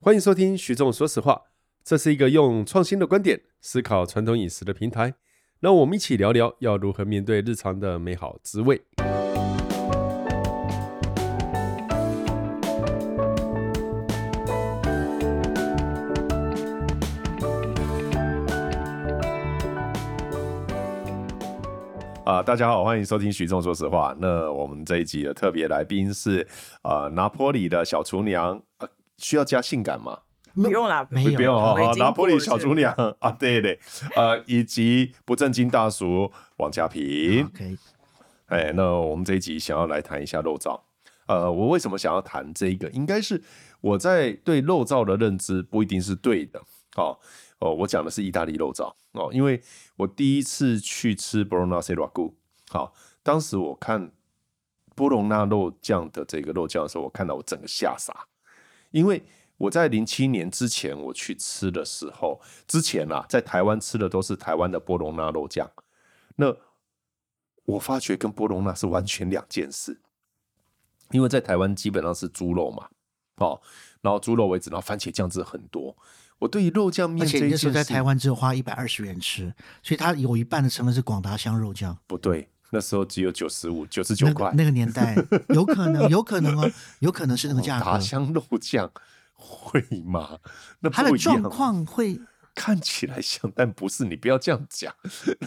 欢迎收听徐总说实话，这是一个用创新的观点思考传统饮食的平台，让我们一起聊聊要如何面对日常的美好滋味。啊、大家好，欢迎收听徐总说实话。那我们这一集的特别来宾是呃拿坡里的小厨娘，呃、需要加性感吗？不用啦，没不有不用我已哦，经拿破里过了小厨娘啊，对对，呃，以及不正经大叔王家平。 OK，哎，那我们这一集想要来谈一下肉燥。呃，我为什么想要谈这个？应该是我在对肉燥的认知不一定是对的。哦哦，我讲的是意大利肉燥哦，因为我第一次去吃博隆纳塞拉菇，好，当时我看波隆纳肉酱的这个肉酱的时候，我看到我整个吓傻，因为我在零七年之前我去吃的时候，之前啊，在台湾吃的都是台湾的波隆纳肉酱，那我发觉跟波隆纳是完全两件事，因为在台湾基本上是猪肉嘛，哦，然后猪肉为主，然后番茄酱汁很多。我对于肉酱面而这且一你那件时事，候在台湾只有花一百二十元吃，所以它有一半的成分是广达香肉酱。不对，那时候只有九十五、九十九那块个。那个年代，有可能，有可能哦，有可能是那个价打格。香肉酱会吗？那它不的一样状况会看起来像，但不是。你不要这样讲。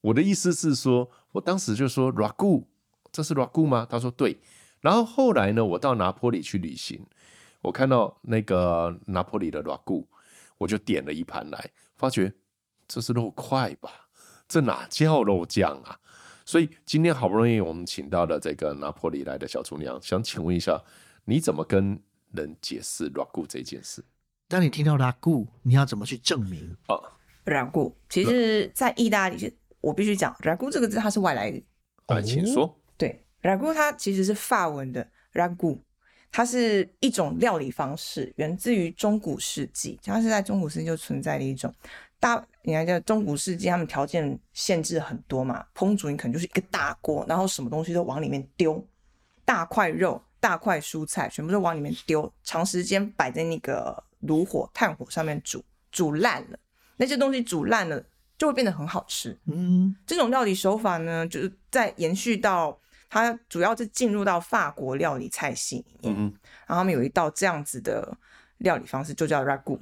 我的意思是说，我当时就说 ragu，这是 ragu 吗？他说对。然后后来呢，我到拿坡里去旅行，我看到那个拿坡里的 ragu，我就点了一盘来，发觉这是肉块吧？这哪叫肉酱啊？所以今天好不容易我们请到了这个拿坡里来的小厨娘，想请问一下，你怎么跟人解释 ragu 这件事？当你听到拉固，你要怎么去证明？啊软骨。其实，在意大利，我必须讲“软骨”这个字，它是外来语。来，请说。对，软骨它其实是法文的软骨，它是一种料理方式，源自于中古世纪，它是在中古世纪就存在的一种。大，你看叫中古世纪，他们条件限制很多嘛，烹煮你可能就是一个大锅，然后什么东西都往里面丢，大块肉、大块蔬菜全部都往里面丢，长时间摆在那个炉火、炭火上面煮，煮烂了，那些东西煮烂了就会变得很好吃。嗯，这种料理手法呢，就是在延续到它主要是进入到法国料理菜系里面，嗯然后他们有一道这样子的料理方式，就叫 ragu。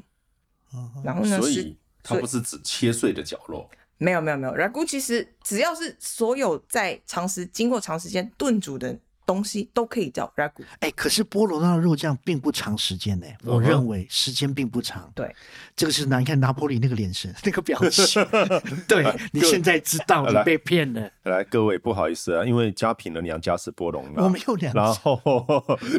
嗯哼然后呢哦哼，所哦是以它不是指切碎的绞肉，没有没有没有，ragu 其实只要是所有在长时经过长时间炖煮的东西都可以叫 ragu。哎，可是波罗那的肉酱并不长时间呢、嗯我哼认为时间并不长。对，这个是拿你看拿破里那个眼神，那个表 情，对你现在知道你来被骗了。来，各位不好意思啊，因为家平的娘家是波隆纳，我没有两然后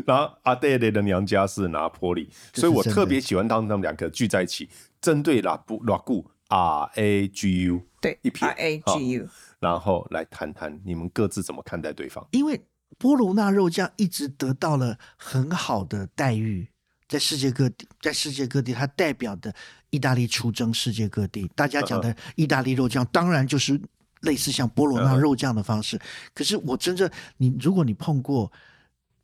然后阿đệ đệ 的娘家是拿坡里，这是所以我真的特别喜欢当他们两个聚在一起，针对拉布拉固 R A G U，对一撇，R A G U，然后来谈谈你们各自怎么看待对方。因为波罗那肉酱一直得到了很好的待遇，在世界各地，在世界各地，它代表的意大利出征世界各地，大家讲的意大利肉酱，当然就是类似像波罗那肉酱的方式。可是我真正，你如果你碰过、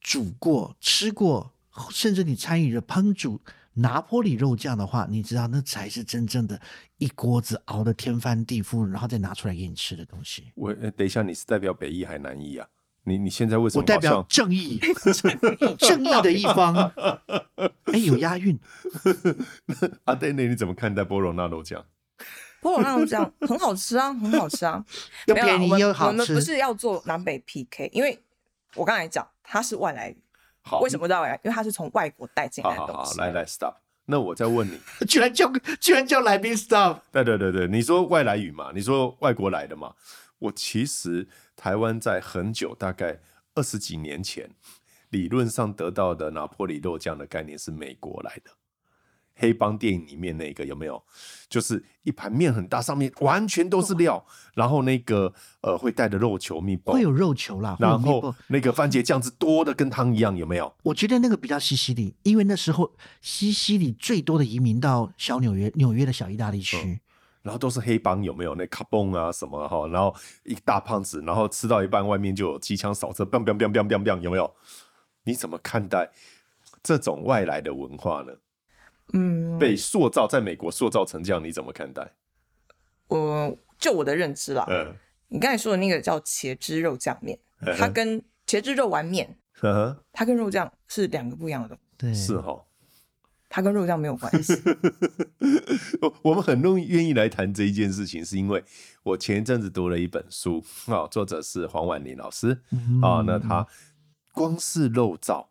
煮过、吃过，甚至你参与了烹煮。拿坡里肉酱的话，你知道那才是真正的一锅子熬的天翻地覆，然后再拿出来给你吃的东西。我呃等一下，你是代表北艺还南艺啊？你你现在为什我么代好表像正 义，正义的一方。哎，有押韵， 阿đệ đệ 你怎么看待波隆纳肉酱？波罗那种酱很好吃啊，很好 吃啊。又没有啦便宜我们又好我们吃不是要做南北 PK，因为我刚才讲它是外来语，好，为什么叫外来语？因为它是从外国带进好来的好东好，西。啊来来 stop。那我再问你，居然叫居然叫来宾 stop。对对对对，你说外来语嘛，你说外国来的嘛。我其实台湾在很久，大概二十几年前，理论上得到的拿破里肉酱的概念是美国来的。黑帮电影里面那个有没有？就是一盘面很大，上面完全都是料，然后那个呃会带着肉球密包会，有肉球啦，会有哦然 meatball 后那个番茄酱汁多的跟汤一样，有没有？我觉得那个比较西西里，因为那时候西西里最多的移民到小纽约，纽约的小意大利嗯区。然后都是黑帮，有没有？那卡蹦啊什么哈，然后一大胖子，然后吃到一半，外面就有机枪扫射，bang bang bang bang bang bang，有没有？你怎么看待这种外来的文化呢？嗯，被塑造在美国塑造成这样，你怎么看待？我就我的认知啦，嗯，你刚才说的那个叫茄汁肉酱面，嗯它跟茄汁肉丸面，呵呵它跟肉酱是两个不一样的东西，对，啊是啊哈。 它跟肉酱没有关系。我我们很容易愿意来谈这一件事情，是因为我前一阵子读了一本书啊、作者是黄婉玲老师嗯啊、那他光是肉燥，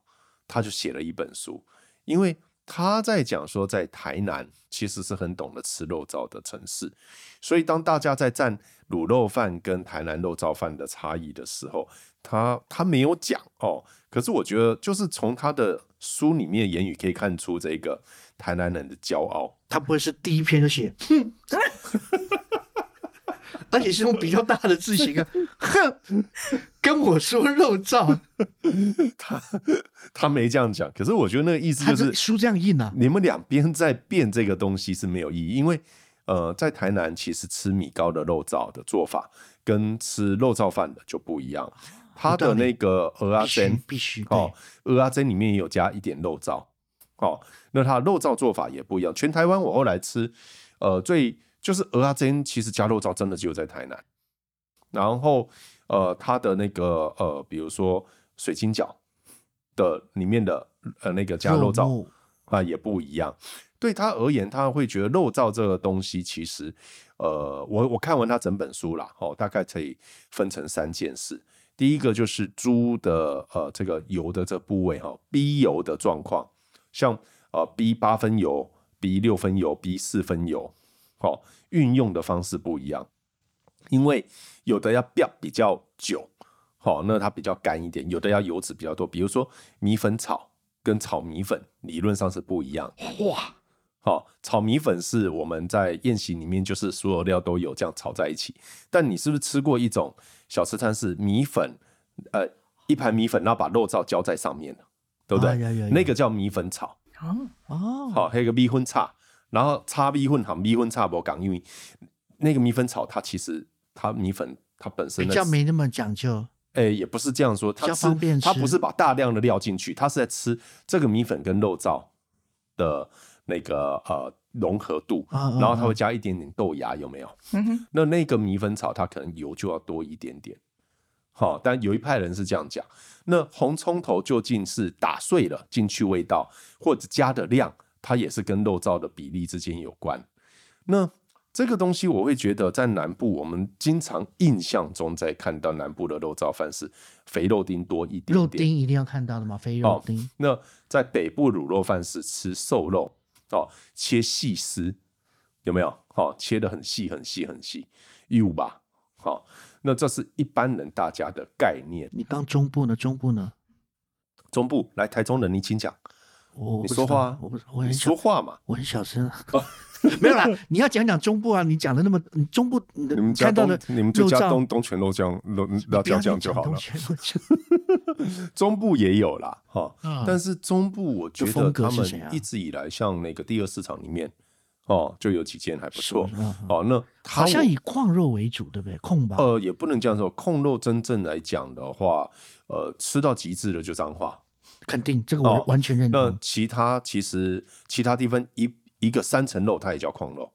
他就写了一本书，因为他在讲说，在台南其实是很懂得吃肉燥的城市，所以当大家在赞卤肉饭跟台南肉燥饭的差异的时候，他他没有讲哦，可是我觉得就是从他的书里面言语可以看出这个台南人的骄傲。他不会是第一篇就写，哼， 而且是用比较大的字写个哼，跟我说肉燥， 他没这样讲，可是我觉得那个意思他就这是书这样印啊，你们两边在辩这个东西是没有意义，因为呃，在台南其实吃米糕的肉燥的做法跟吃肉燥饭的就不一哦样，它的那个鹅阿必须珍必须对哦，鹅阿珍里面也有加一点肉燥哦，那它的肉燥做法也不一样。全台湾我后来吃，呃，最就是鹅阿珍其实加肉燥真的只有在台南，然后呃，它的那个呃，比如说水晶饺的里面的呃那个加肉燥。末啊、也不一样。对他而言，他会觉得肉燥这个东西，其实，呃，我我看完他整本书啦，哦，大概可以分成三件事。第一个就是猪的呃这个油的这部位哈、哦、，B 油的状况，像呃 B 八分油、B 六分油、B 四分油，哦，运用的方式不一样，因为有的要表比较久，好、那它比较干一点；有的要油脂比较多，比如说米粉炒跟炒米粉理论上是不一样。哇，好、炒米粉是我们在宴席里面就是所有料都有这样炒在一起。但你是不是吃过一种小吃摊是米粉，呃，一盘米粉，然后把肉燥浇在上面的，对不对？啊有有有那个叫米粉炒。啊， 哦，好、那个米粉炒，然后炒米粉和米粉炒不讲，因为那个米粉炒它其实它米粉它本身比的较没那么讲究，诶、哎也不是这样说，它比较吃方便它吃不是把大量的料进去，它是在吃这个米粉跟肉燥的那个呃融合度，啊啊然后它啊会加一点点豆芽，有没有？嗯哼，那那个米粉炒它可能油就要多一点点。好、但有一派人是这样讲，那红葱头究竟是打碎了进去味道，或者加的量，它也是跟肉燥的比例之间有关。那这个东西，我会觉得在南部，我们经常印象中在看到南部的肉燥饭是肥肉丁多一点点，肉丁一定要看到的嘛，肥肉哦丁，那在北部卤肉饭是吃瘦肉哦，切细丝，有没有？哦，切的很细很细很细，有吧？好、哦那这是一般人大家的概念。你刚中部呢？中部呢？中部来台中人，你请讲，我我你不说知道话啊我不是我你很说小，话哦嘛？我很小声啊， 没有啦，你要讲讲中部啊，你讲的那么，你中部你的你们加看到的东，你们就加肉燥东东泉肉酱肉辣不椒要再酱就讲好东了。泉肉酱 中部也有啦，哈、嗯但是中部我觉这得风格他是们谁啊一直以来，像那个第二市场里面，哦，就有几间还不错是嗯。嗯哦，那它好像我以矿肉为主，对不对？控吧，呃，也不能这样说。控肉真正来讲的话，呃，吃到极致的就脏话。肯定这个我哦完全认那同。其他其实其他地方一一个三层肉，它也叫控肉。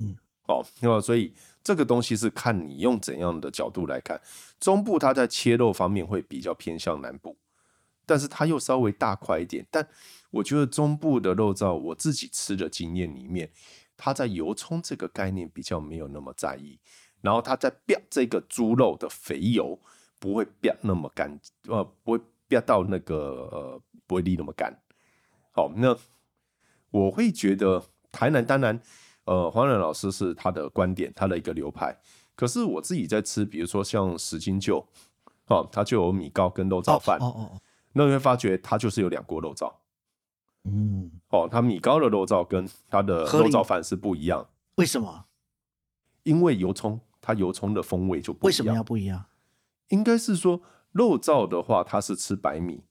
嗯，哦，那所以这个东西是看你用怎样的角度来看。中部它在切肉方面会比较偏向南部，但是它又稍微大块一点。但我觉得中部的肉燥，我自己吃的经验里面，它在油葱这个概念比较没有那么在意，然后它在表这个猪肉的肥油不会表那么干，呃，不会表到那个呃不会沥那么干。好，那我会觉得台南当然，呃，黄冉老师是他的观点，他的一个流派。可是我自己在吃，比如说像十斤旧，哦，它就有米糕跟肉燥饭，哦哦哦，那你会发觉它就是有两锅肉燥。嗯，哦，它米糕的肉燥跟它的合肉理燥饭是不一样，为什么？因为油葱，它油葱的风味就不一样。为什么要不一样？应该是说肉燥的话，它是吃白米，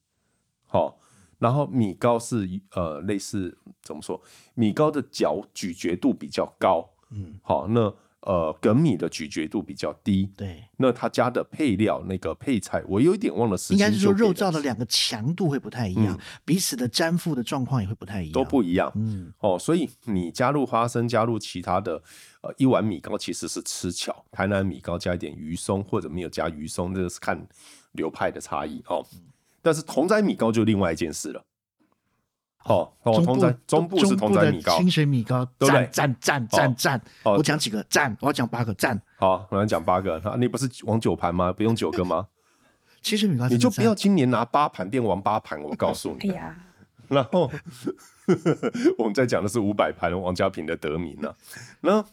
好、然后米糕是呃类似怎么说？米糕的嚼咀嚼度比较高，嗯，好、那呃梗米的咀嚼度比较低，对，那它加的配料那个配菜，我有一点忘了时应间，该是说肉燥的两个强度会不太一样，彼此的粘附的状况也会不太一样，都不一样嗯，哦，所以你加入花生，加入其他的，呃，一碗米糕其实是吃巧，台南米糕加一点鱼松或者没有加鱼松，这个是看流派的差异哦。嗯但是同仔米糕就另外一件事了。哦哦，同仔中部是同仔的米糕，清水米糕，对不对赞赞赞赞赞！哦我讲几个赞，我要讲八个赞。好，我来讲八个，啊你不是王九盘吗？不用九个吗？清水米糕你啊真的就不要赞今年拿八盘变王八盘，我告诉 你哎。呀，然哦后 我们在讲的是五百盘王家平的得名啊。那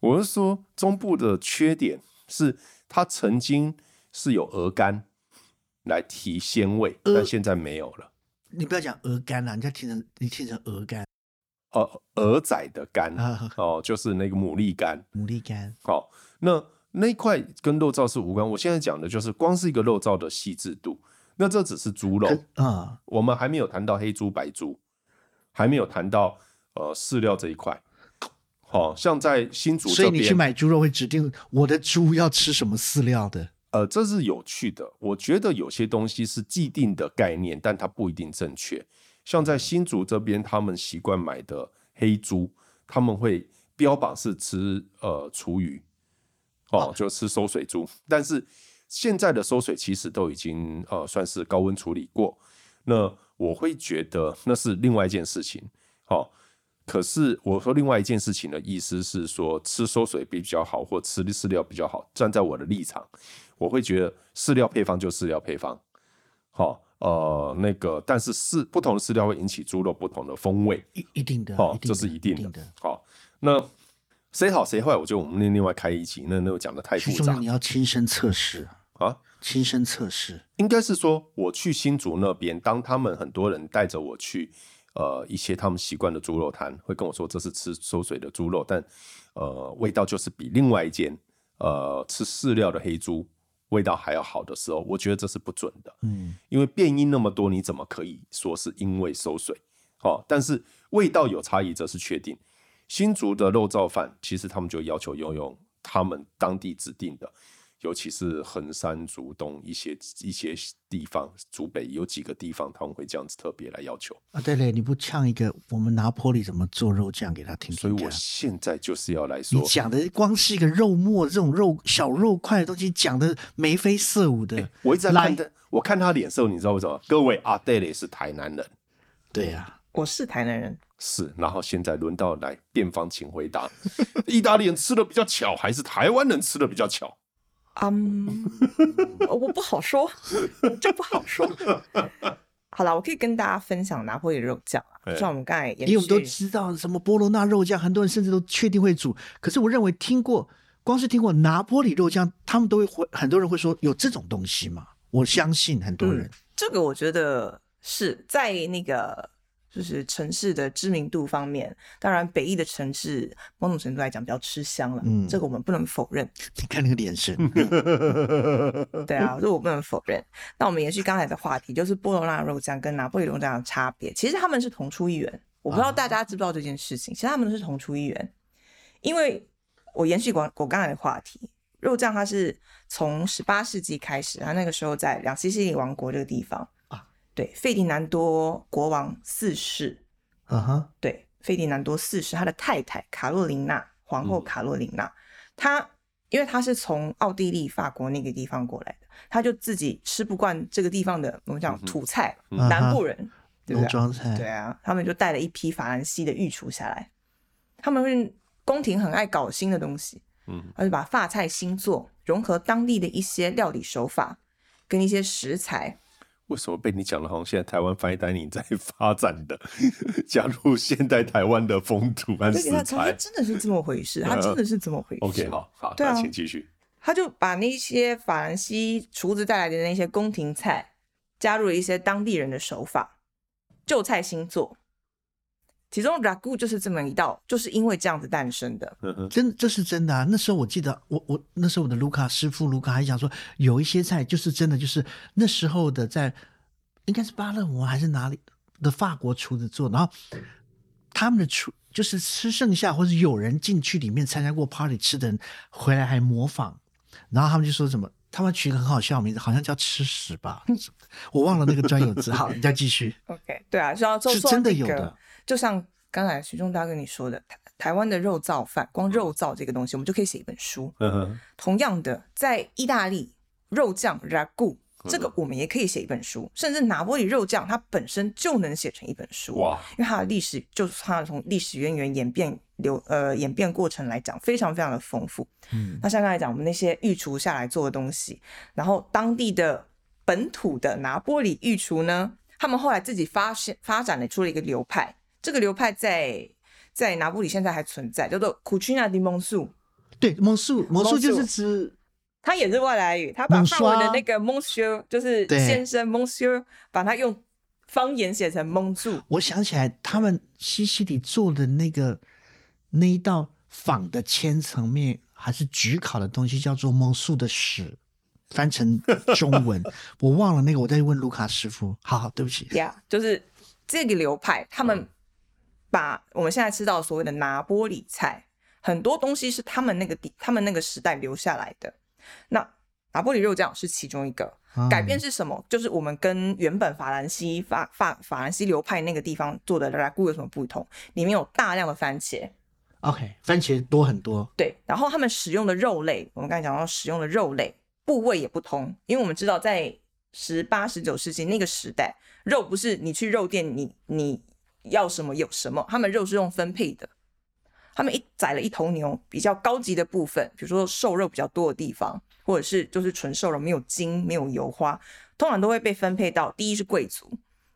我是说，中部的缺点是它曾经是有鹅肝来提鲜味，但现在没有了。你不要讲鹅肝啦，你再听成你听成鹅肝哦，鹅仔的肝啊，哦，就是那个牡蛎肝。牡蛎干，好、那那一块跟肉燥是无关。我现在讲的就是光是一个肉燥的细致度。那这只是猪肉，可啊，我们还没有谈到黑猪、白猪，还没有谈到呃饲料这一块。好、像在新竹所以这你去边，买猪肉会指定我的猪要吃什么饲料的。呃，这是有趣的。我觉得有些东西是既定的概念，但它不一定正确。像在新竹这边，他们习惯买的黑猪，他们会标榜是吃呃厨余，哦，就吃馊水猪。但是现在的馊水其实都已经呃算是高温处理过，那我会觉得那是另外一件事情。哦，可是我说另外一件事情的意思是说，吃馊水比较好，或吃饲料比较好。站在我的立场，我会觉得饲料配方就饲料配方，好、呃，那个，但是饲不同的饲料会引起猪肉不同的风味，一一定的，哦啊一，定这的是一定定的。好、那谁好谁坏，我觉得我们另另外开一集，那那个讲的太复最重杂要你要亲身测试，啊。亲身测试。应该是说，我去新竹那边，当他们很多人带着我去，呃，一些他们习惯的猪肉摊，会跟我说这是吃馊水的猪肉，但呃，味道就是比另外一间呃吃饲料的黑猪味道还要好的时候，我觉得这是不准的，嗯，因为变音那么多，你怎么可以说是因为馊水？哦，但是味道有差异，这是确定。新竹的肉燥饭，其实他们就要求要用他们当地指定的，尤其是横山、竹东一些一些地方，竹北有几个地方他们会这样子特别来要求。啊，对嘞，你不呛一个我们拿坡里怎么做肉酱给他听所以听我看？现在就是要来说你，讲的光是一个肉末这种肉小肉块的东西，讲的眉飞色舞的。我一直在来看他，我看他脸色，你知道为什么？各位阿黛蕾是台南人，对啊呀、我是台南人，是，然后现在轮到来辩方，请回答： 意大利人吃的比较巧，还是台湾人吃的比较巧？ 嗯，我我不好说， 这不好 说。好了，我可以跟大家分享拿破里肉酱啊，哎就像我们刚才延因为我们都续知道什么波罗那肉酱，很多人甚至都确定会煮。可是我认为听过，光是听过拿坡里肉酱，他们都会回，很多人会说有这种东西嘛？我相信很多 人。这个我觉得是在那个就是城市的知名度方面，当然北艺的城市某种程度来讲比较吃香了，嗯这个我们不能否认。你看那个 眼神，对啊，这我不能否认。那我们延续刚才的话题，就是波罗那肉酱跟拿破里肉酱的差别，其实他们是同出一源。我不知道大家知不知道这件事情，其实他们是同出一源。因为我延续我我刚才的话题，肉酱它是从十八世纪开始，它那个时候在两西西里王国这个地方啊，对，费迪南多国王四世，啊哈，对，费迪南多四世他的太太卡洛琳娜，皇后嗯卡洛琳娜，她因为她是从奥地利、法国那个地方过来的，她就自己吃不惯这个地方的我们讲嗯哼土菜，嗯南部人，对不浓对？妆菜，对哎啊，他们就带了一批法兰西的御厨下来，他们会宫廷很爱搞新的东西，嗯，而且把法菜新做融合当地的一些料理手法跟一些食材，为什么被你讲的好像现在台湾 fine dining 在发展的， 加入现代台湾的风土和对，呃食他他材呃真的是这么回事，他真的是这么回事。 ？OK，好好，对啊那请继续。他就把那些法兰西厨子带来的那些宫廷菜，加入了一些当地人的手法，旧菜新做。其中 ragu 就是这么一道，就是因为这样子诞生的。嗯哼，真这是真的啊！那时候我记得，我我那时候我的卢卡师傅卢卡还讲说，有一些菜就是真的，就是那时候的在应该是巴勒摩还是哪里的法国厨子做，然后他们的厨就是吃剩下，或者有人进去里面参加过 party 吃的人回来还模仿，然后他们就说什么，他们取一个很好笑的名字，好像叫吃屎吧，我忘了那个专有字。好，你再继续。 OK，对啊，然后就是说真的那有个的，就像刚才徐仲大哥你说的，台台湾的肉燥饭，嗯光肉燥这个东西，我们就可以写一本书。嗯哼，同样的，在意大利肉酱 ragu 这嗯个我们也可以写一本书，甚至拿玻里肉酱它本身就能写成一本书，哇，因为它的历史就是它从历史渊源演变流呃演变过程来讲，非常非常的丰富。嗯，那像刚才讲，我们那些御厨下来做的东西，然后当地的本土的拿玻里御厨呢，他们后来自己发现发展了出了一个流派，这个流派在在拿玻里现在还存在，叫做 Cucina di Monsu。对，魔术，魔术就是 Monsu 指它也是外来语，它把法文的那个 monsieur 就是对先生 monsieur，把它用方言写成蒙住。我想起来，他们西西里做的那个那一道仿的千层面还是焗烤的东西，叫做蒙素的屎，翻成中文我忘了那个，我再问卢卡师傅。好好，对不起，呀就是这个流派，他们把我们现在吃到所谓的拿玻里菜，很多东西是他们那个地、他们那个时代留下来的。那拿玻里肉酱是其中一个，啊改变是什么？就是我们跟原本法兰西法法法兰西流派那个地方做的拉古有什么不同？里面有大量的番茄， OK，番茄多很多，对，然后他们使用的肉类，我们刚才讲到使用的肉类部位也不同，因为我们知道在十八、十九世纪那个时代，肉不是你去肉店你你要什么有什么，他们肉是用分配的。他们一宰了一头牛，比较高级的部分，比如说瘦肉比较多的地方，或者是就是纯瘦肉，没有筋、没有油花，通常都会被分配到第一是贵族，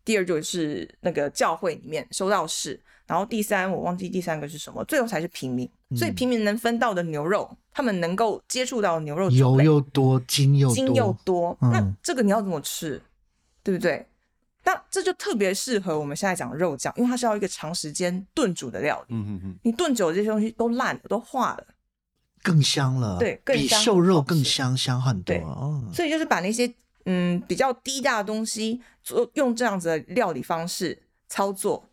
第二就是那个教会里面修道士，然后第三我忘记第三个是什么，最后才是平民。所以平民能分到的牛肉，他们能够接触到的牛肉种油类又多，筋又筋又多。多，嗯那这个你要怎么吃，对不对？那这就特别适合我们现在讲的肉酱，因为它是要一个长时间炖煮的料理，嗯哼哼，你炖久了这些东西都烂了，都化了。更香了，对更比香瘦肉更好更吃香，香很多。对哦，所以就是把那些嗯比较低价的东西做用这样子的料理方式操作，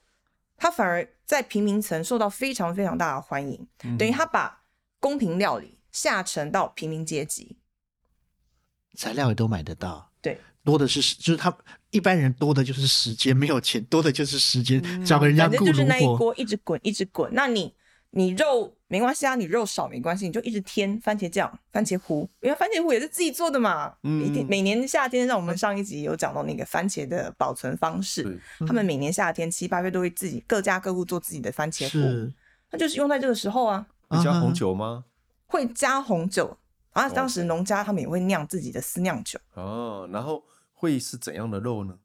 它反而在平民层受到非常非常大的欢迎，嗯嗯等于他把宫廷料理下沉到平民阶级。材料也都买得到，对，多的是时就是他一般人多的就是时间，没有钱，多的就是时间，找个人家嗯反雇正就是炉那一火。锅一直滚一直滚。那你你肉没关系啊，你肉少没关系，你就一直添番茄酱、番茄糊，因为番茄糊也是自己做的嘛。嗯一定每年夏天，像我们上一集有讲到那个番茄的保存方式对，他们每年夏天七八月都会自己各家各户做自己的番茄糊，是，那就是用在这个时候啊，你加啊哈红酒吗？会加红酒。啊，哦当时农家他们也会酿自己的私酿酒，哦，然后会是怎样的肉呢？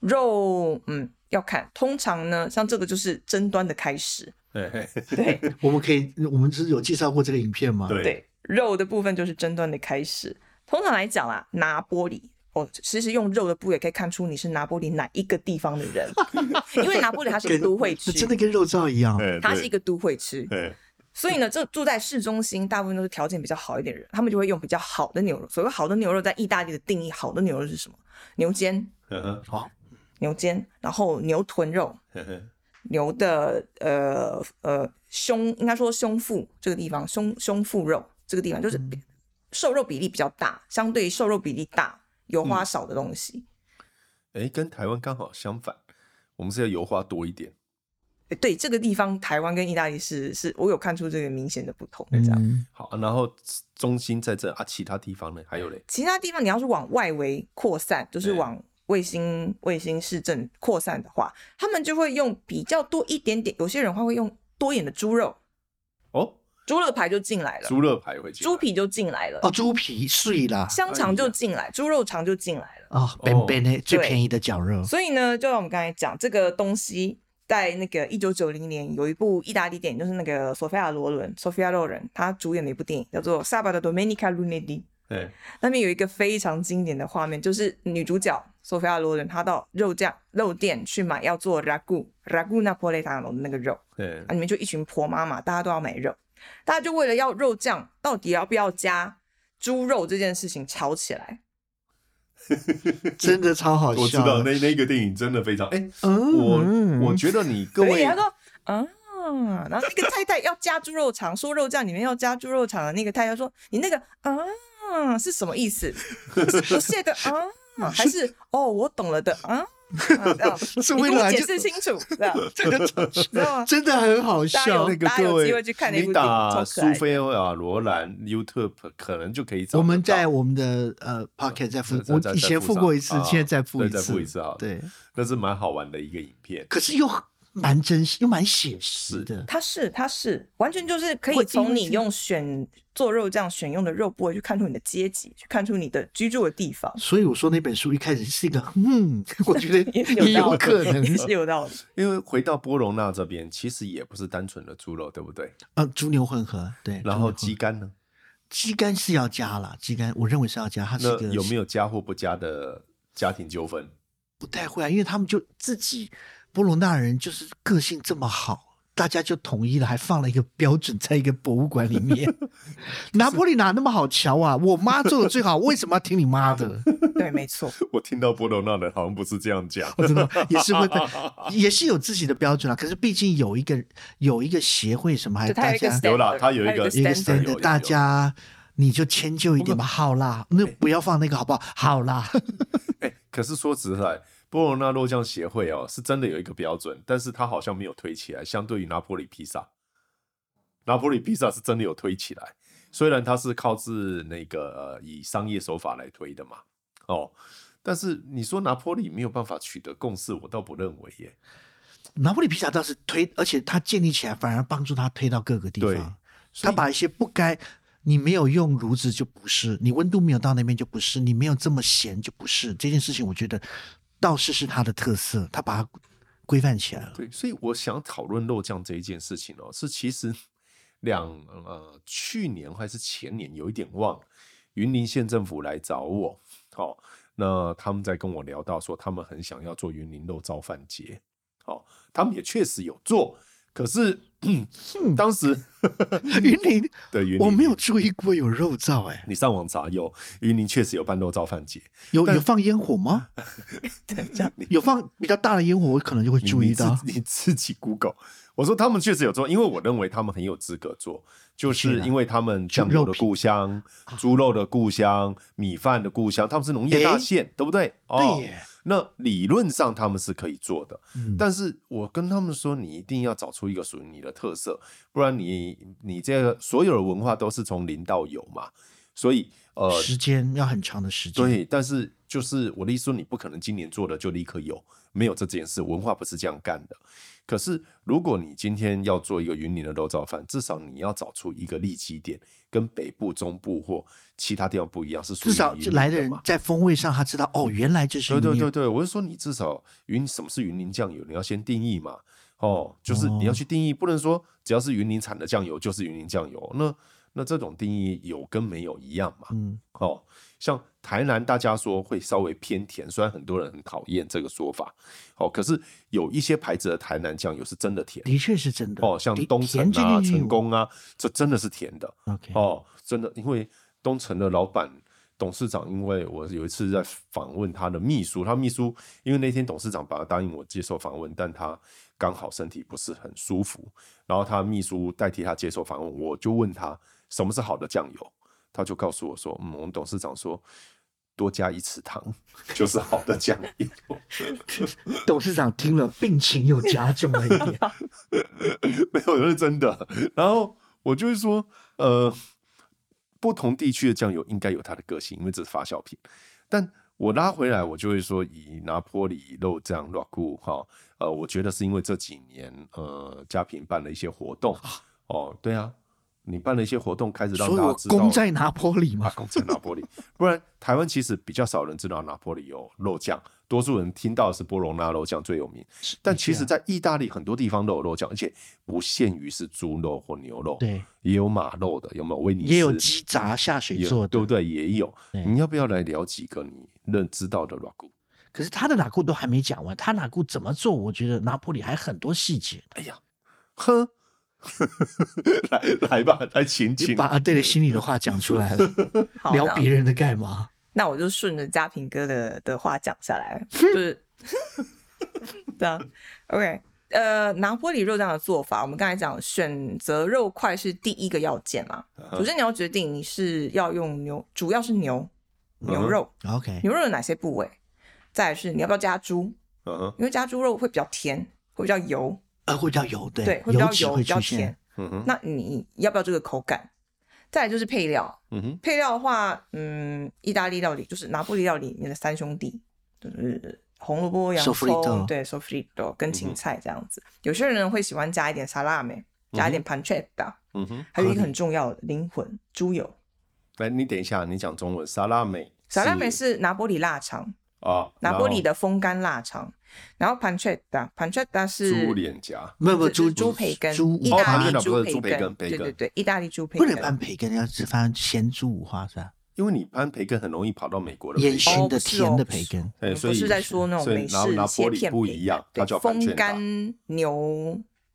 肉，嗯，要看。通常呢，像这个就是争端的开始，嘿嘿嘿对，我们可以，我们是有介绍过这个影片吗？，对，肉的部分就是争端的开始。通常来讲啦，拿玻璃。哦，其实用肉的部位可以看出你是拿玻璃哪一个地方的人，因为拿玻璃它是个都会这区，真的跟肉燥一样。哎，它是一个都会区，哎，所以呢，这住在市中心，大部分都是条件比较好一点的人，他们就会用比较好的牛肉。所谓好的牛肉，在意大利的定义，好的牛肉是什么？牛肩、嗯哼嗯好，牛肩，然后牛臀肉、嘿嘿牛的呃呃胸，应该说胸腹这个地方，胸胸腹肉这个地方，就是嗯比瘦肉比例比较大，相对于瘦肉比例大、油嗯花少的东西。哎，跟台湾刚好相反，我们是要油花多一点。诶对，这个地方台湾跟意大利是是我有看出这个明显的不同，这样。嗯，好，然后中心在这啊，其他地方呢？还有嘞，其他地方你要是往外围扩散，就是对往卫星卫星市政扩散的话，他们就会用比较多一点点，有些人他会用多一点的猪肉，哦，猪肋排就进来了，猪肋排会进来猪皮就进来了，哦，猪皮碎啦，香肠就进来，猪肉肠就进来了。哦，本本的最对便宜的绞肉，所以呢，就像我们刚才讲，这个东西在那个一九九零年有一部意大利电影，就是那个索菲亚·罗伦 （Sofia l o r e n 她主演的一部电影叫做《Sabato Domenica Lunedì》。哎，那边有一个非常经典的画面，就是女主角索菲亚·罗伦她到肉酱肉店去买要做 ragu ragu napoletano 的那个肉，哎啊，，你们就一群婆妈嘛，大家都要买肉，大家就为了要肉酱到底要不要加猪肉这件事情吵起来。真的超好笑的。我知道那那个电影真的非常哎，嗯，我我觉得你各所以位他说啊。然后那个太太要加猪肉肠， 说肉酱里面要加猪肉肠的那个太太说：“你那个啊是什么意思？ 是不屑的啊，还是哦我懂了的啊？”啊 这样是你为给我了解就释清楚，这样这个知道 吗？真的很好大家笑有。那个大家有各位，机会去看那你部电影打超可苏爱的菲亚罗兰 YouTube 可能就可以找得到。我们在我们的呃 pocket 再复，再再我以前再复过一次上，啊现在再复一对再复一次次啊。，对，那是蛮好玩的一个影片。可是又蛮真实，又蛮写实是的。它是它是完全就是可我以因从为你是用选做肉酱选用的肉部位去看出你的阶级，去看出你的居住的地方，所以我说那本书一开始是一个， 嗯，我觉得也是也道 有理可 也能，是有道理。因为回到波隆那这边，其实也不是单纯的猪肉，对不对？呃，猪牛混合，对。然后猪牛混鸡合肝 呢？鸡肝是要加啦，鸡肝我认为是要加，它是那一个有没有加或不加的家庭纠纷？ 不太会啊，因为他们就自己波罗那人就是个性这么好，大家就统一了，还放了一个标准在一个博物馆 里面。 拿破里哪那么好瞧啊？我妈做的最好，为什么要听你妈的？ 对，没错，我听到波隆那人好像不是这样讲。我哦真的也是会，也是有自己的标准啊。可是毕竟有一个有一个协会什么，还就它哎大有一个家 standard，有啦它有一它个有一个 standard，有 stand，有大家你就迁就一点吧。好啦，那不要放那个好不好？好 啦，哎，可是说实在，波隆那肉酱协会哦，是真的有一个标准，但是它好像没有推起来。相对于拿破里披萨，拿破里披萨是真的有推起来，虽然它是靠自那个、呃、以商业手法来推的嘛，哦。但是你说拿破里没有办法取得共识，我倒不认为耶。拿破里披萨倒是推，而且它建立起来反而帮助它推到各个地对方。所他以把一些不该你没有用炉子就不是，你温度没有到那边就不是，你没有这么咸就不是。这件事情我觉得倒是是它的特色，他把它规范起来了。对，所以我想讨论肉酱这一件事情哦，是其实 两呃去年还是前年有一点忘了，云林县政府来找我，好、那他们在跟我聊到说，他们很想要做云林肉燥饭节，好、他们也确实有做，可是、当时 云林，对云林我没有，注意过有肉燥、哎，你上网查有云林确实有办肉燥饭节，有有放烟火 吗？对，这样有放比较大的烟火，我可能就会你注意到。你自你 自己 Google。我说他们确实有做，因为我认为他们很有资格做，就是因为他们酱油的故乡、猪肉的故乡、米饭的故乡，他们是农业大县，对不对？哦对，耶，那理论上他们是可以做的，嗯但是我跟他们说，你一定要找出一个属于你的特色，不然你你这个所有的文化都是从零到有嘛，所以呃，时间要很长的时间。对，但是就是我的意思说，你不可能今年做的就立刻有，没有这件事，文化不是这样干的。可是如果你今天要做一个云林的肉燥饭，至少你要找出一个立基点，跟北部、中部或其他地方不一样，是属于至少云就林来的人嘛。嗯在风味上，他知道哦，原来这是对对云对林对，我是说你至少云什么是云林酱油，你要先定义嘛。哦，就是你要去定义，不能说只要是云林产的酱油就是云林酱油，那那这种定义有跟没有一样嘛？嗯，哦，像台南大家说会稍微偏甜，虽然很多人很讨厌这个说法，哦，可是有一些牌子的台南酱油是真的甜的确是真的。哦，像甜东城甜这啊、件事情成功啊，这真的是甜的我，OK，哦，真的，因为东城的老板。董事长，因为我有一次在访问他的秘书，他秘书因为那天董事长本来答应我接受访问，但他刚好身体不是很舒服，然后他秘书代替他接受访问，我就问他什么是好的酱油，他就告诉我说，嗯，我们董事长说多加一匙糖 就是好的酱油。董事长听了病情又加重了 一点。没有，是真的。然后我就会说，呃，不同地区的酱油应该有它的个性，因为这是发酵品。但我拉回来，我就会说，以拿坡里肉酱 r o c 哈，呃，我觉得是因为这几年呃，嘉平办了一些活动，哦，对啊，你办了一些活动，开始让所以大家我知道攻在拿坡里啊嘛，，公城拿破里，不然台湾其实比较少人知道拿破里有肉酱，多数人听到的是波隆那肉酱最有名，但其啊啊实在意大利很多地方都有肉酱，而且不限于是猪肉或牛肉，对，也有马肉的，有没有威尼斯？也有鸡杂下水也做的，对不对？也有。对你要不要来聊几个你认知道的 r a 可是他的哪库都还没讲完，他哪库怎么做？我觉得拿破里还很多细节。哎呀，哼， 来来吧， 来 请你请。把阿对的心里的话讲出 来了，好聊那别人的干嘛？那我就顺着嘉 平哥的的话讲下来，就是啊这样。OK，呃，拿坡里肉酱的做法，我们刚才讲选择肉块是第一个要件嘛，嗯首先你要决定你是要用牛，主要是牛嗯牛肉， OK，牛肉有哪些部位，再来是你要不要加猪，嗯哼，因为加猪肉会比较甜，会比较油，呃，会比较油，对对，会比油较脂油，会比较出甜现。。嗯哼，那你要不要这个口感？再来就是配料，嗯哼，配料的话，嗯，意大利料理就是拿破里料理里面的三兄弟，就是红萝卜、洋 Soffritto 葱，对，sofrito 跟芹菜这样子。有些人会喜欢加一点沙拉梅，加一点 pancetta，、嗯哼。还有一合理个很重要的灵魂猪油。来，你等一下，你讲中文，沙拉美，沙拉梅是拿玻里腊肠，啊，拿然玻里后的风干腊肠，然后 pancetta，pancetta 是猪脸颊，没有没有是猪是猪培根，猪意哦大 pancetta 利不是猪培培根培对对根对，意大利猪培不根能拌培根，要只放咸猪五花是吧？因为你潘培根很容易跑到美国的烟培根熏哦的不是甜哦的不培是根，哎我所不以是在说那种所以美拿拿式玻切璃片不饼一样，它对叫风 pancetta 干牛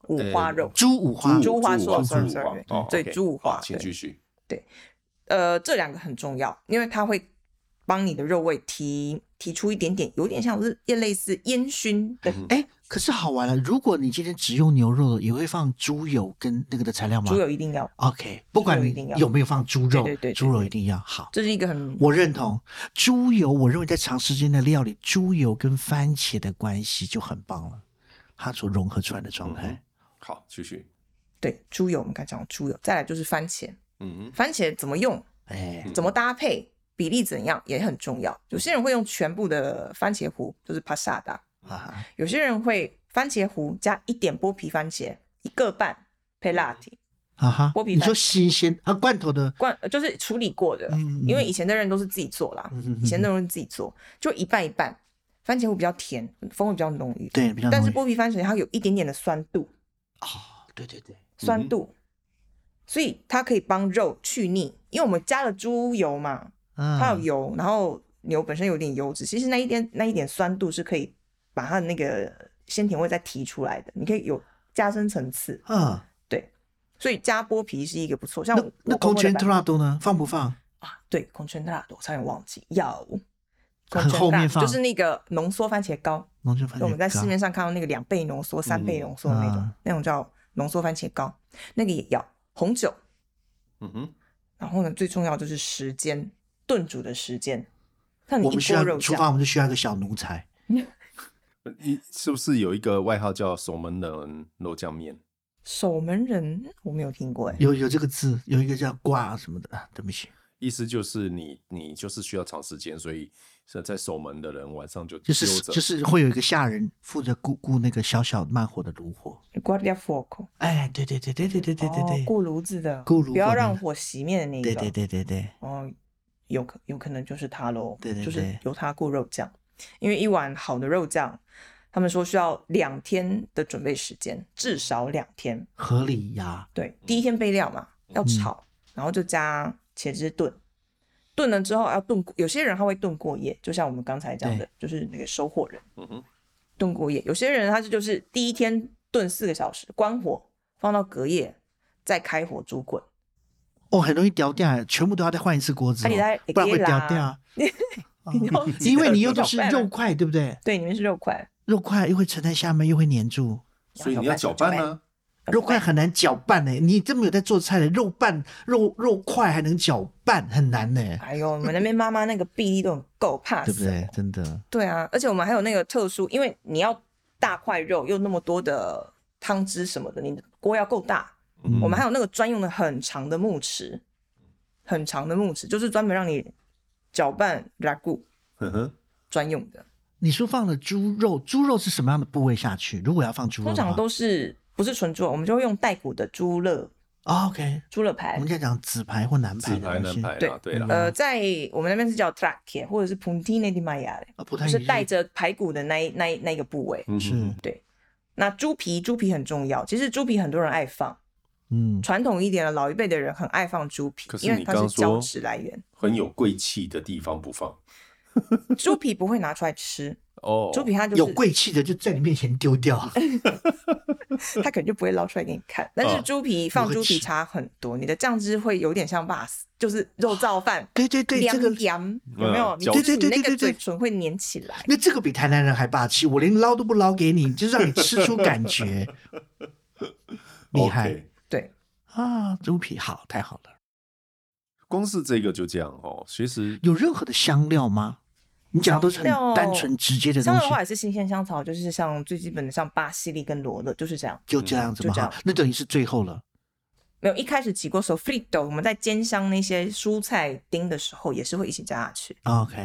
五花肉。呃猪五花，猪五花猪说猪 sorry，五花 sorry，，哦对 OK，猪五花好请对继续。呃，这两个很重要，因为它会帮你的肉味提提出一点点，有点像是也类似烟熏嗯的哎，可是好玩了，如果你今天只用牛肉，也会放猪油跟那个的材料吗猪油，一定要， ？OK，不管油一你定要有没有放猪肉对对对，对猪肉一定要好。这是一个很我认同猪油，我认为在长时间的料理，猪油跟番茄的关系就很棒了，它所融合出来的状嗯态。好，继续。对猪油，我们刚才讲猪油，再来就是番茄，嗯番茄怎么用，哎，怎么搭配，比例怎样也很重要。有些人会用全部的番茄糊，就是 passata，哈啊哈，有些人会番茄糊加一点剥皮番茄，一个半配辣体嗯哈啊哈，剥皮你蛋说新鲜啊，罐头的，罐，呃就是处理过的，嗯嗯因为嗯以前的人都是自己做啦，嗯嗯嗯以前的人自己做，就一半一半，番茄糊比较甜，风味比较浓郁，，对，比较但浓是郁剥皮番茄它有一点点的酸度，哦，对对对，嗯哼酸度，所以它可以帮肉去腻，因为我们加了猪油嘛，它啊有，油，然后牛本身有点油脂，其实那一点那一点酸度是可以把它的那个鲜甜味再提出来的，你可以有加深层次，啊，对，所以加剥皮是一个不错，像那我那我空公公的圈版特拉多呢，放不放？啊，对，孔圈大朵，我差点忘记要。很 concentrate 后面放就是那个浓缩番茄膏，浓缩番茄我们在膏市面上看到那个两倍浓缩、三倍浓缩的那种，啊那种叫浓缩番茄膏，那个也要红酒。哼，嗯哼，然后呢，最重要就是时间炖煮的时间。像你我一们需锅要肉厨房，酱，我们就需要一个小奴才。你是不是有呃一个外号叫守门人肉酱面？守门人我没有听过哎，有有这个字，有一个叫挂什么的啊，对不起，意思就是你你就是需要长时间，所以是在守门的人晚上就就丢是着。就是会有一个下人负责顾顾那个小小慢火的炉火。 guardia fuoco，哎，对对对对对对对对哦对，顾炉子的，顾炉不要火的让火熄灭的那个，对对对对对，哦，有可有可能就是它喽，对对就是对由它过肉酱，因为一碗好的肉酱，他们说需要两天的准备时间，至少两天。合理呀。对，第一天备料嘛，嗯要炒，然后就加茄汁炖，炖了之后要炖，有些人他会炖过夜，就像我们刚才讲的，就是那个收货人嗯哼，炖过夜，有些人他是就是第一天炖四个小时，关火放到隔夜再开火煮滚，哦，很容易掉掉，全部都要再换一次锅子啊你哦在，不然会掉掉 啊。你要记 得因为你用的是搅拌啊肉块，对不对？对，里面是肉块，肉块又会沉在下面，又会粘住，所以你要搅拌啊搅呢。肉块很难搅拌呢。你这么有在做菜的，肉拌肉肉块还能搅拌，很难呢，哎呦，我们那边妈妈那个臂力都很够，怕对不死。对？真的，对啊，而且我们还有那个特殊，因为你要大块肉，又那么多的汤汁什么的，你的锅要够大。嗯我们还有那个专用的很长的木匙，很长的木匙，就是专门让你搅拌拉固嗯哼，专用的。你说放了猪肉，猪肉是什么样的部位下去？如果要放猪肉通的话，常都是不是纯猪肉，我们就会用带骨的猪肋哦 OK。猪肋我排们。现在讲紫牌或南自排牌的东难西，排啦，对对啦。呃，在我们那边是叫 track，或者是 puntine di maiale，啊，不就太是一样带着排骨的那一那一那一个部位。嗯哼是那猪皮，猪皮很重要。其实猪皮很多人爱放，嗯，传统一点的老一辈的人很爱放猪皮可，是因为你它刚是刚胶说质来源。很有贵气的地方不放猪皮不会拿出来吃，哦，猪皮它就有是贵气的就在你面前丢 掉，它可能就不会捞出来给你 看。但是啊猪皮、我放嗯会猪皮吃差很多，你的酱汁会有点像 b u s 就是肉燥饭。对对对，这凉个凉有没有？嗯你嚼就是对对对那对对个嘴唇会粘起来。那这个比台南人还霸气，我连捞都不捞给你，就让你吃出感 觉，厉害 OK 对，啊！猪皮好，太好了。光是这个就这样哦，其实有任何的香料吗？你讲的都是香料很单纯直接的香东料西的，话也是新鲜香草，就是像最基本的像巴西利跟罗勒，就是这样。就这样子嘛嗯就这样哈。那等于是最后了。没有一开始起锅 sofrito，我们在煎香那些蔬菜丁的时候也是会一起加下去。 OK，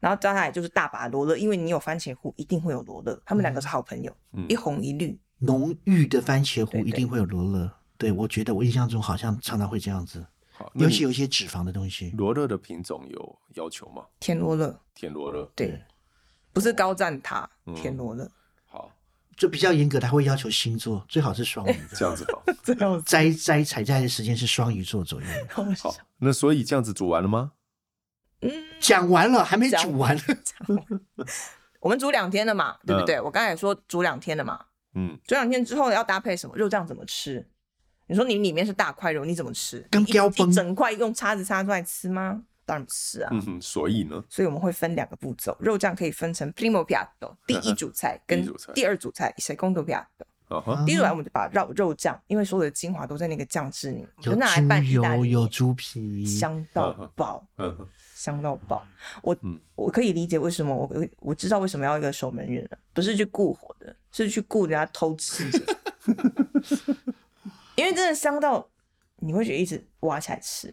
然后接下来就是大把罗勒，因为你有番茄糊，一定会有罗勒，他们两个是好朋友，嗯一红一绿。浓郁的番茄对糊对一定会有罗勒。对，我觉得我印象中好像常常会这样子，好，那尤其你有一些脂肪的东西。罗勒的品种有要求吗？甜罗勒，甜罗勒，对对，不是高赞塔，嗯甜罗勒，好，就比较严格，他会要求星座，最好是双鱼 嗯这的。样子吧。这样 子。摘摘采摘的时间是双鱼座左右。好，那所以这样子煮完了吗？嗯，讲完了，还没讲煮 完。我们煮两天了嘛，对不对？我刚才也说煮两天了嘛，嗯，煮两天之后要搭配什么肉酱怎么吃？你说你里面是大块肉，你怎么吃？跟一标崩一整块用叉子叉出来吃吗？当然不是啊。嗯哼，所以呢，所以我们会分两个步骤，肉酱可以分成 primo piatto 第一主菜嗯第一跟主菜第二主菜 secondo piatto。啊哈，第一嗯主菜我们就把肉肉酱，因为所有的精华都在那个酱汁里，我们有就拿来拌猪意大利油，面有猪皮，香到爆，嗯哼，香到爆。我嗯我可以理解为什么我我我知道为什么要一个守门人了，不是去顾火的，是去顾人家偷吃的， 因为真的香到你会觉得一直挖起来吃。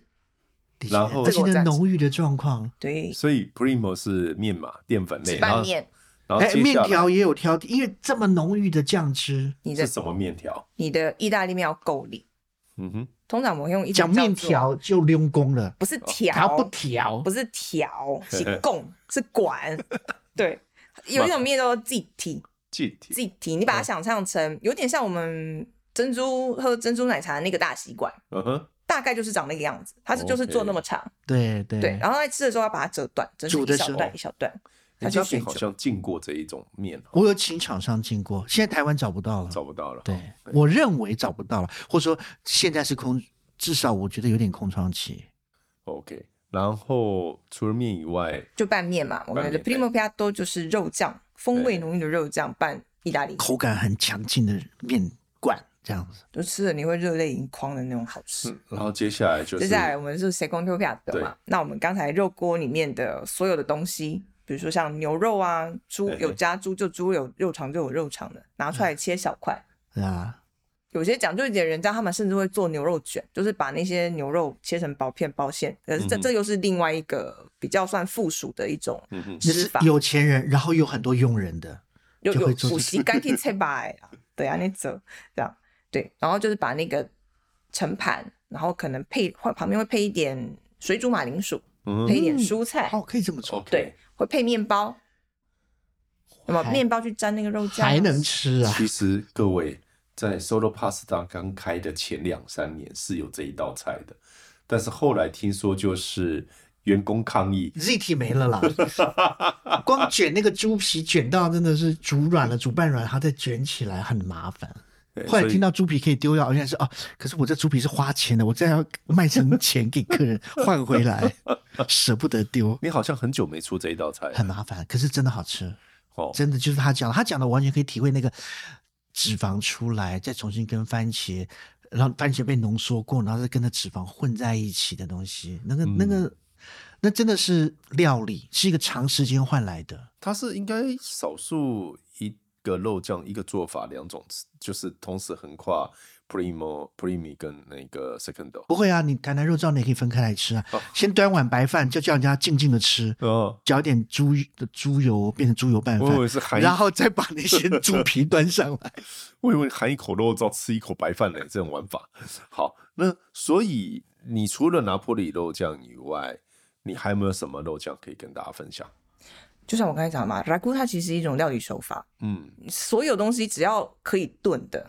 的确然后而且那浓郁的状况，对，所以 primo 是面嘛，淀粉类，然拌后面，然后哎，接面下来条也有挑剔，因为这么浓郁的酱汁，你是的什么面条？你的意大利面要够力。嗯哼，通常我会用一种讲面叫做，条就溜工了，不是哦它条，不调不，是条，是供，是管。对，有一种面叫做自体，具体自体，你把它想象成有点像我们珍珠喝珍珠奶茶的那个大吸管，嗯哼，大概就是长那个样子。它是就是做 OK 那么长对对对。。然后在吃的时候要把它折断，整嗯煮成的一小时候段一小段。它人就家水饼好煮，像进过这一种面哦，我有请厂商进过，现在台湾找不到了。找不到了。对，我认为找不到了，或者说现在是空，至少我觉得有点空窗期。 ，OK。然后除了面以外，就拌面嘛。我们的拌面 primo piatto 就是肉酱，风对味浓郁的肉酱拌意大利，口感很强劲的面馆这样子。就吃了你会热泪盈眶的那种好吃。嗯然后接下来就是接下来我们是 secondo p i a t o 嘛，那我们刚才肉锅里面的所有的东西，比如说像牛肉啊、猪嘿嘿嗯有加猪就猪有肉肠就有肉肠的，拿出来切小块。对啊，有些讲究一点的人家，他们甚至会做牛肉卷，就是把那些牛肉切成薄片包馅。可是这、嗯哼这又是另外一个比较算附属的一种嗯哼，那吃是法，有钱人，然后有很多佣人的，有就有会做补这习 该可以切白啊，对啊，那折这样对，然后就是把那个盛盘，然后可能配会旁边会配一点水煮马铃薯，嗯配哼一点嗯蔬菜。哦，可以这么做， ，OK，对，会配面包，那么还面包去沾那个肉酱啊，还能吃啊？其实各位在 Solo Pasta 刚开的前两三年是有这一道菜的，但是后来听说就是员工抗议， ZT 没 了啦，光卷那个猪皮卷到真的是煮软了，煮半软，然后再卷起来很麻烦。对后来所以听到猪皮可以丢掉，好像是哦，可是我这猪皮是花钱的，我再要卖成钱给客人换回来，舍不得丢，你好像很久没出这一道菜了很麻烦。可是真的好吃，哦，真的就是他讲的，他讲的完全可以体会那个脂肪出来，再重新跟番茄，然后番茄被浓缩过，然后再跟着脂肪混在一起的东西，那个、嗯那个那真的是料理，是一个长时间换来的。它是应该少数一个肉酱一个做法两种，就是同时横跨 Primo、Primi 跟那个 Secondo。不会啊，你台南肉燥你也可以分开来吃啊，先端碗白饭，就叫人家静静的吃。哦，搅点猪的猪油变成猪油拌我以为饭，是含一，然后再把那些猪皮端上 来。我以为含一口肉燥吃一口白饭呢，这种玩法。好，那所以你除了拿破里肉酱以外，你还有没有什么肉酱可以跟大家分享？就像我刚才讲的嘛，拉姑它其实是一种料理手法，嗯，所有东西只要可以炖的，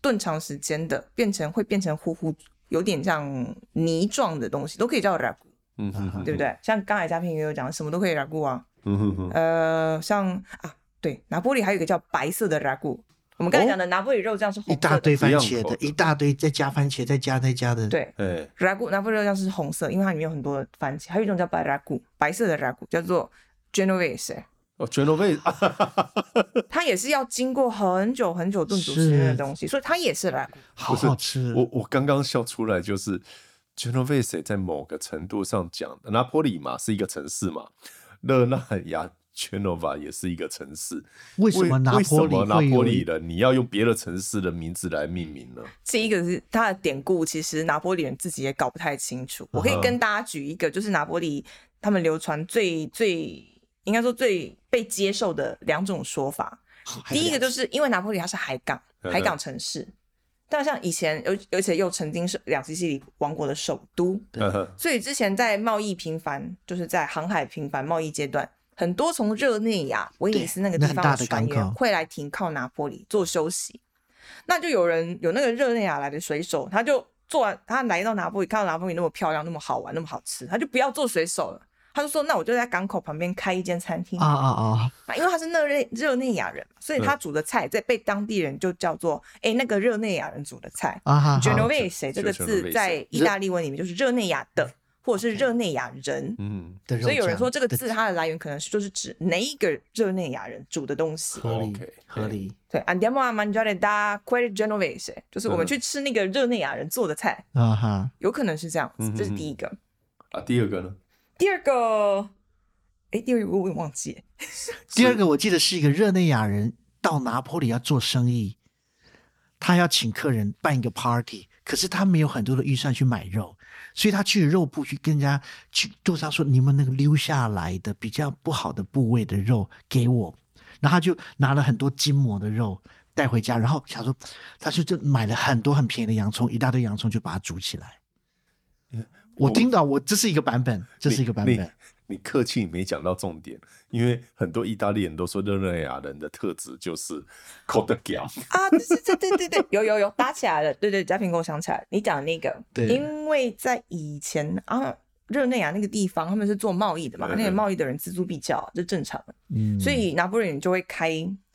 炖长时间的，变成会变成糊糊，有点像泥状的东西，都可以叫拉姑，嗯哼哼对不？对？像刚才嘉宾也有讲，什么都可以拉姑啊，嗯哼哼，呃，像啊，对，拿坡里还有一个叫白色的拉古，我们刚才讲的拿坡里肉酱是红一色的，大堆番茄一样的口，的一大堆再加番茄，再加再加的，，对。哎，拉古拿破里肉酱是红色，因为它里面有很多的番茄，还有一种叫白拉古，白色的拉古叫做 Genovese，哦，Genovese，啊哈哈哈哈它也是要经过很久很久炖煮时间的东西，所以它也是拉古。好好吃。我我刚刚笑出来，就是 Genovese 在某个程度上讲，拿坡里嘛是一个城市嘛，热那亚 Genova 也是一个城市，为什么拿为坡什里么拿会坡有里一？人你要用别的城市的名字来命名呢？第一个是它的典故，其实拿破里人自己也搞不太清楚。我可以嗯哼跟大家举一个，就是拿破里他们流传最最应该说最被接受的两种说法。第一个就是是因为拿破里它是海港，嗯哼海港城市，但像以前而而且又曾经是两西西里王国的首都，呵呵所以之前在贸易频繁，就是在航海频繁贸易阶段，很多从热内亚、威尼斯那个地那很方大的的船港员口会来停靠拿坡里做休息。那就有人有那个热内亚来的水手，他就做完，他来到拿坡里，看到拿坡里那么漂亮、那么好玩、那么好吃，他就不要做水手了。他就说：“那我就在港口旁边开一间餐厅啊啊啊！啊，因为他是热内热内亚人嘛，所以他煮的菜在被当地人就叫做哎、那个热内亚人煮的菜。啊哈哈， Genovese 这个字 Genovese 在意大利文里面就是热内亚的，或者是热内亚 人。嗯的肉所以有人酱说这个的字它的来源可能是就是指哪一个热内亚人煮的 东西。合理哦 OK，合理对，andiamo a mangiare da quel genovese，就是我们嗯去吃那个热内亚人做的菜，啊哈，有可能是这样子嗯。哼这是第一个。啊，第二个呢？第二个，哎，第二个我也忘记了。第二个我记得是一个热内亚人到拿坡里要做生意，他要请客人办一个 party，可是他没有很多的预算去买肉，所以他去肉铺去跟人家去杜莎说：“你们那个溜下来的比较不好的部位的肉给我。”然后他就拿了很多筋膜的肉带回家，然后想说，他就就买了很多很便宜的洋葱，一大堆洋葱就把它煮起来。嗯我听到我这是一个版本，这是一个版你本。你客气没讲到重点，因为很多意大利人都说热内亚人的特质就是 c o d g a m 啊，对对对对对，有有有搭起来了，对对，嘉平跟我想起来，你讲的那个，对因为在以前啊，热内亚那个地方他们是做贸易的嘛，嗯那些贸易的人锱铢必较，这正常的，嗯，所以拿破仑就会开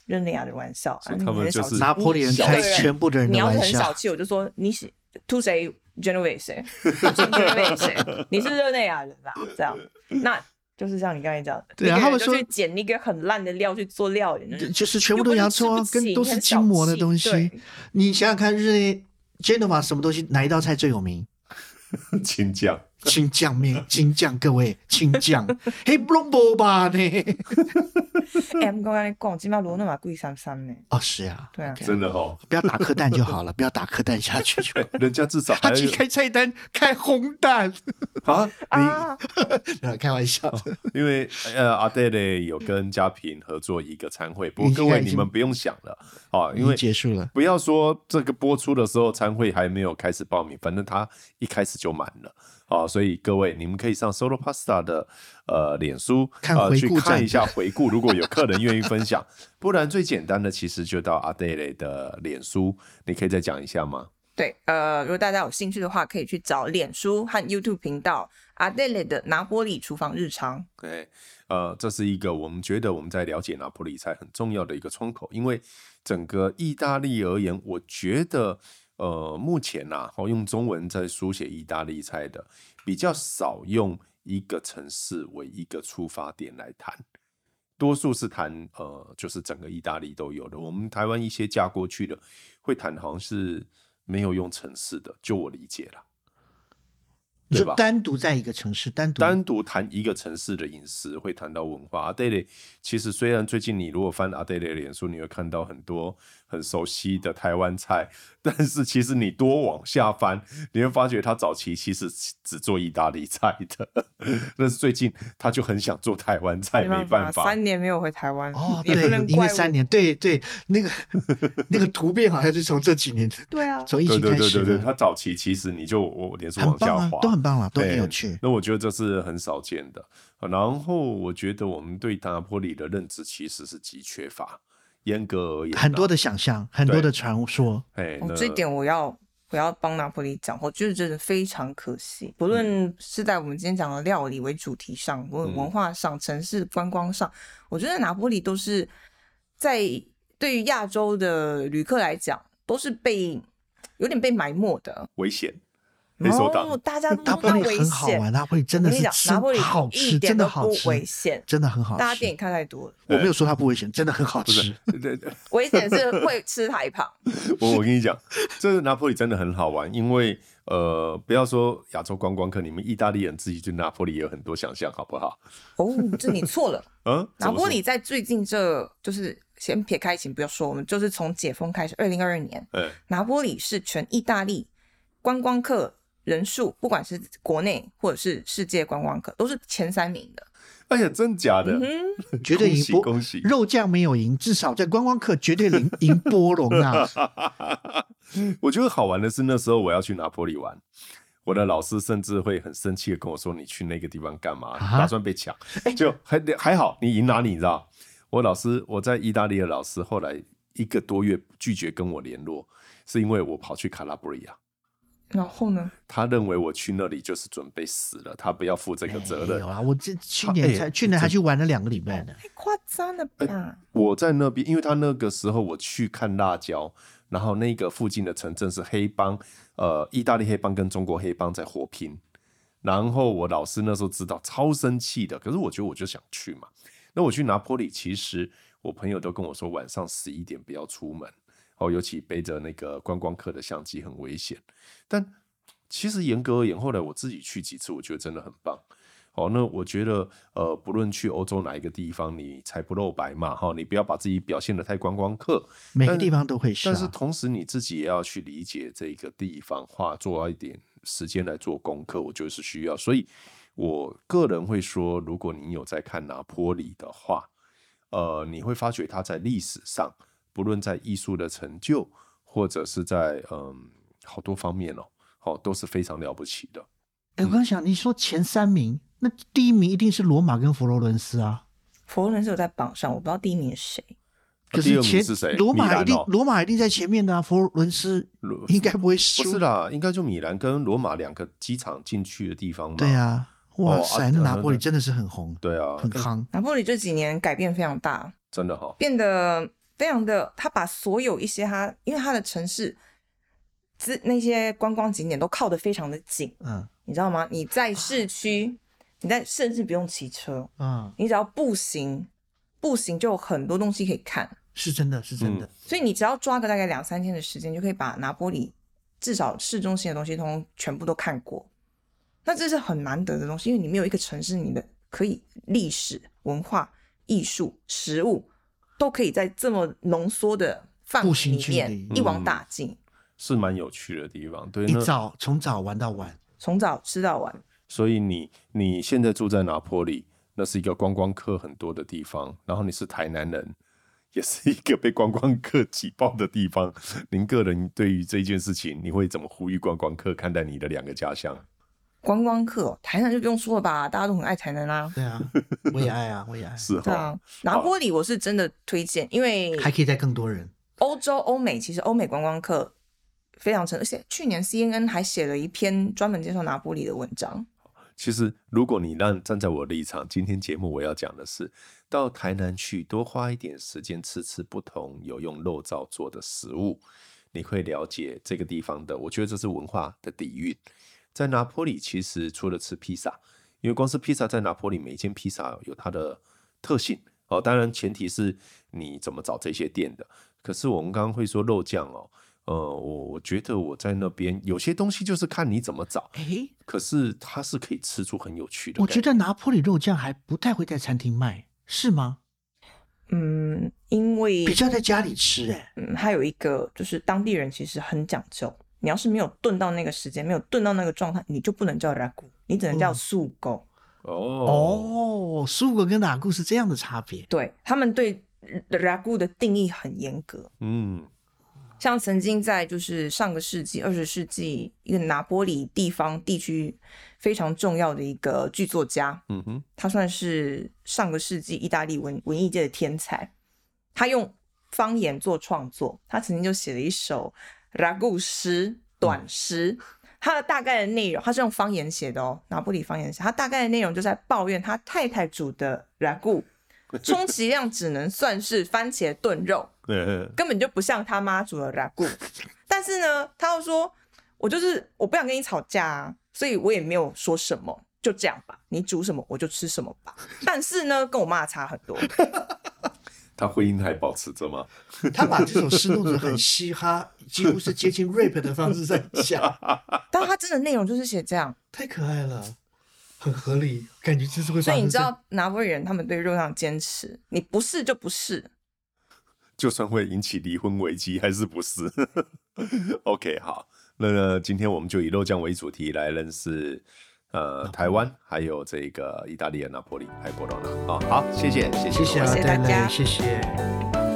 热内亚的玩笑，所以啊你他们很就小是气拿破里人开你是全部的人你的要是玩很小笑，气，我就说你是 to say Genovese，Genovese，你是热内亚人吧？这样，那就是像你刚才讲的，对啊那个人他们就说去捡那个很烂的料去做料理，那就就就是全部都洋葱啊又，不是吃不跟起都你是很筋小膜的气东西对。你想想看，日内 Genova 什么东西？哪一道菜最有名？请讲。青酱面，青酱，各位青酱，黑不隆波吧呢？哎、欸，我们刚才讲，今麦罗那嘛贵三三呢，哦，是啊，对啊 OK 真的哦， 不要打颗蛋就好了，不要打颗蛋下去就好。人家至少 还他要去开菜单，开红蛋， 啊，哦你啊，没有开玩笑。因为呃，阿黛蕾有跟嘉平合作一个餐会，不过已各经位已你经们不用想了啊，已因经为结束了，不要说这个播出的时候餐会还没有开始报名，反正他一开始就满了啊，所以各位你们可以上 Solo Pasta 的呃脸书看呃回去顾看展一下回顾，如果有客人愿意分享，不然最简单的其实就到阿黛蕾的脸书，你可以再讲一下吗？对，呃，如果大家有兴趣的话，可以去找脸书和 YouTube 频道阿黛蕾的拿玻里厨房日常。对，呃，这是一个我们觉得我们在了解拿破里菜很重要的一个窗口，因为整个意大利而言，我觉得呃，目前呐、啊，哦用中文在书写意大利菜的比较少用一个城市为一个出发点来谈。多数是谈呃，就是整个意大利都有的。我们台湾一些嫁过去的会谈，好像是没有用城市的，就我理解啦。对吧就单独在一个城市，单独单独谈一个城市的饮食，会谈到文化。阿黛蕾其实虽然最近你如果翻阿黛蕾的脸书，你会看到很多很熟悉的台湾菜，但是其实你多往下翻，你会发觉他早期其实只做意大利菜的， 但是最近他就很想做台湾菜，没办法。三年没有回台湾，哦，也不对能，因怪为我。三年，对对，那 个那个突变好像是从这几年，对啊，从疫对情对开对始对对，的，他早期其实你就我我脸书很往下棒滑啊，，都很棒了，都对很有趣。那我觉得这是很少见的。呃然后我觉得我们对拿坡里的认知其实是极缺乏，严格而言啊、很多的想象，很多的传说。哎，哦那这一点我要我要帮拿破里讲，我觉得真的非常可惜。不论是在我们今天讲的料理为主题上，文、嗯文化上、城市观光上，我觉得拿破里都是在对于亚洲的旅客来讲，都是被有点被埋没的。危险，黑手 哦，党，大家都拿说破那里危很好险。玩，拿破里真的我跟是你讲吃拿破里好一吃，点真的都好不吃，危险真的很好吃。大家电影看太多了，我没有说它不危险，真的很好不是吃。对对危险是 会吃海螃。我我跟你讲，这个拿破里真的很好玩，因为呃，不要说亚洲观光客，你们意大利人自己对拿破里也有很多想象，好不好？哦，这你错 了。嗯，拿怎破么里在最近这就是先撇开情不要说，我们就是从解封开始，二零二二年，说，哎，拿破里是全意大利观光客人数，不管是国内或者是世界观光客，都是前三名的。哎呀，真假的嗯，哼，绝对 啊恭赢喜波恭喜肉酱没有赢，至少在观光客绝对赢赢 波隆啊！我觉得好玩的是那时候我要去拿破里玩，我的老师甚至会很生气的跟我说：“你去那个地方干嘛？啊打算被抢？”就还还好，你赢哪里你知道？我老师我在意大利的老师后来一个多月拒绝跟我联络，是因为我跑去卡拉布里亚。然后呢？他认为我去那里就是准备死了，他不要负这个责没任有。啊，我这去哎年才去年还去玩了两个礼拜呢。太夸张了哎吧！我在那边，因为他那个时候我去看辣椒，然后那个附近的城镇是黑帮，呃，意大利黑帮跟中国黑帮在火拼。然后我老师那时候知道，超生气的。可是我觉得我就想去嘛。那我去拿坡里，其实我朋友都跟我说，晚上十一点不要出门哦，尤其背着那个观光客的相机很危险。但其实严格而言，后来我自己去几次，我觉得真的很棒。哦，那我觉得，呃，不论去欧洲哪一个地方，你财不露白嘛，哈、你不要把自己表现的太观光客，每个但地方都会是但是啊，同时你自己也要去理解这个地方，化做一点时间来做功课，我觉得是需要。所以，我个人会说，如果你有在看拿坡里的话，呃，你会发觉它在历史上，不论在艺术的成就，或者是在嗯好多方面哦，哦都是非常了不起的。啊嗯哎，我刚想你说前三名，那第一名一定是罗马跟佛罗伦斯啊，佛罗伦斯有在榜上，我不知道第一名是谁。就啊第是二名前是谁罗米马兰一定哦罗马一定在前面的啊，佛罗伦斯罗应该不会不输是。啦，应该就米兰跟罗马两个机场进去的地方嘛。对，啊，哦哇啊塞，对那啊拿对破里对真的是很红，对啊，很夯。拿破里这几年改变非常大，真的哈，变得非常的，他把所有一些他，因为他的城市资那些观光景点都靠得非常的紧，嗯你知道吗？你在市区，你在甚至不用骑车，嗯，你只要步行，步行就有很多东西可以看，是真的，是真嗯的。所以你只要抓个大概两三天的时间，就可以把拿坡里至少市中心的东西通通全部都看过。那这是很难得的东西，因为你没有一个城市，你的可以历史、文化、艺术、食物都可以在这么浓缩的范围步行里距面离嗯一网打尽，是蛮有趣的地方。对，一那早从早玩到晚，从早吃到晚。所以你你现在住在拿坡里，那是一个观光客很多的地方，然后你是台南人。也是一个被观光客挤爆的地方。您个人对于这件事情，你会怎么呼吁观光客看待你的两个家乡？观光客哦，台南就不用说了吧，大家都很爱台南啦、对啊，我也爱啊，我也爱，是对哈啊，，拿坡里我是真的推荐，因为还可以带更多人。欧洲、欧美其实欧美观光客非常成，而且去年 CNN 还写了一篇专门介绍拿玻里的文章。其实，如果你让站在我的立场，今天节目我要讲的是，到台南去多花一点时间吃吃不同有用肉燥做的食物，你会了解这个地方的。我觉得这是文化的底蕴。在拿坡里，其实除了吃披萨，因为光是披萨在拿坡里，每一间披萨有它的特性哦。当然，前提是你怎么找这些店的。可是我们刚刚会说肉酱哦，呃，我我觉得我在那边有些东西就是看你怎么找。诶，可是它是可以吃出很有趣的。我觉，得拿破里肉酱还不太会在餐厅卖，是吗？嗯，因为比较在家里吃，哎，嗯，还有一个就是当地人其实很讲究，你要是没有炖到那个时间，没有炖到那个状态，你就不能叫拉古，你只能叫嗯素狗。哦哦，蔬果跟哪固是这样的差别。对他们对拉古的定义很严格，嗯，像曾经在就是上个世纪二十世纪一个拿玻里地方地区非常重要的一个剧作家，嗯哼，他算是上个世纪意大利文文艺界的天才。他用方言做创作，他曾经就写了一首拉古诗，短诗。它的大概的内容，它是用方言写的哦，拿布里方言写。它大概的内容就在抱怨他太太煮的软骨，充其量只能算是番茄炖肉，呃根本就不像他妈煮的软骨。但是呢，他又说，我就是我不想跟你吵架啊，所以我也没有说什么，就这样吧，你煮什么我就吃什么吧。但是呢，跟我妈差很多，他婚姻还保持着吗？他把这首诗弄得很嘻哈，几乎是接近 rap 的方式在讲，但他真的内容就是写这样。太可爱了，很合理，感觉 这是会发所生。以你知，道拿破仑他们对肉上的坚持，你不是就不是，就算会引起离婚危机，还是不是 ？OK，好，那那今天我们就以肉酱为主题来认识呃台湾，还有这个意大利的拿破里，还有波罗纳啊。好，谢谢，谢谢谢各位啊，谢谢戴大家磊，谢谢。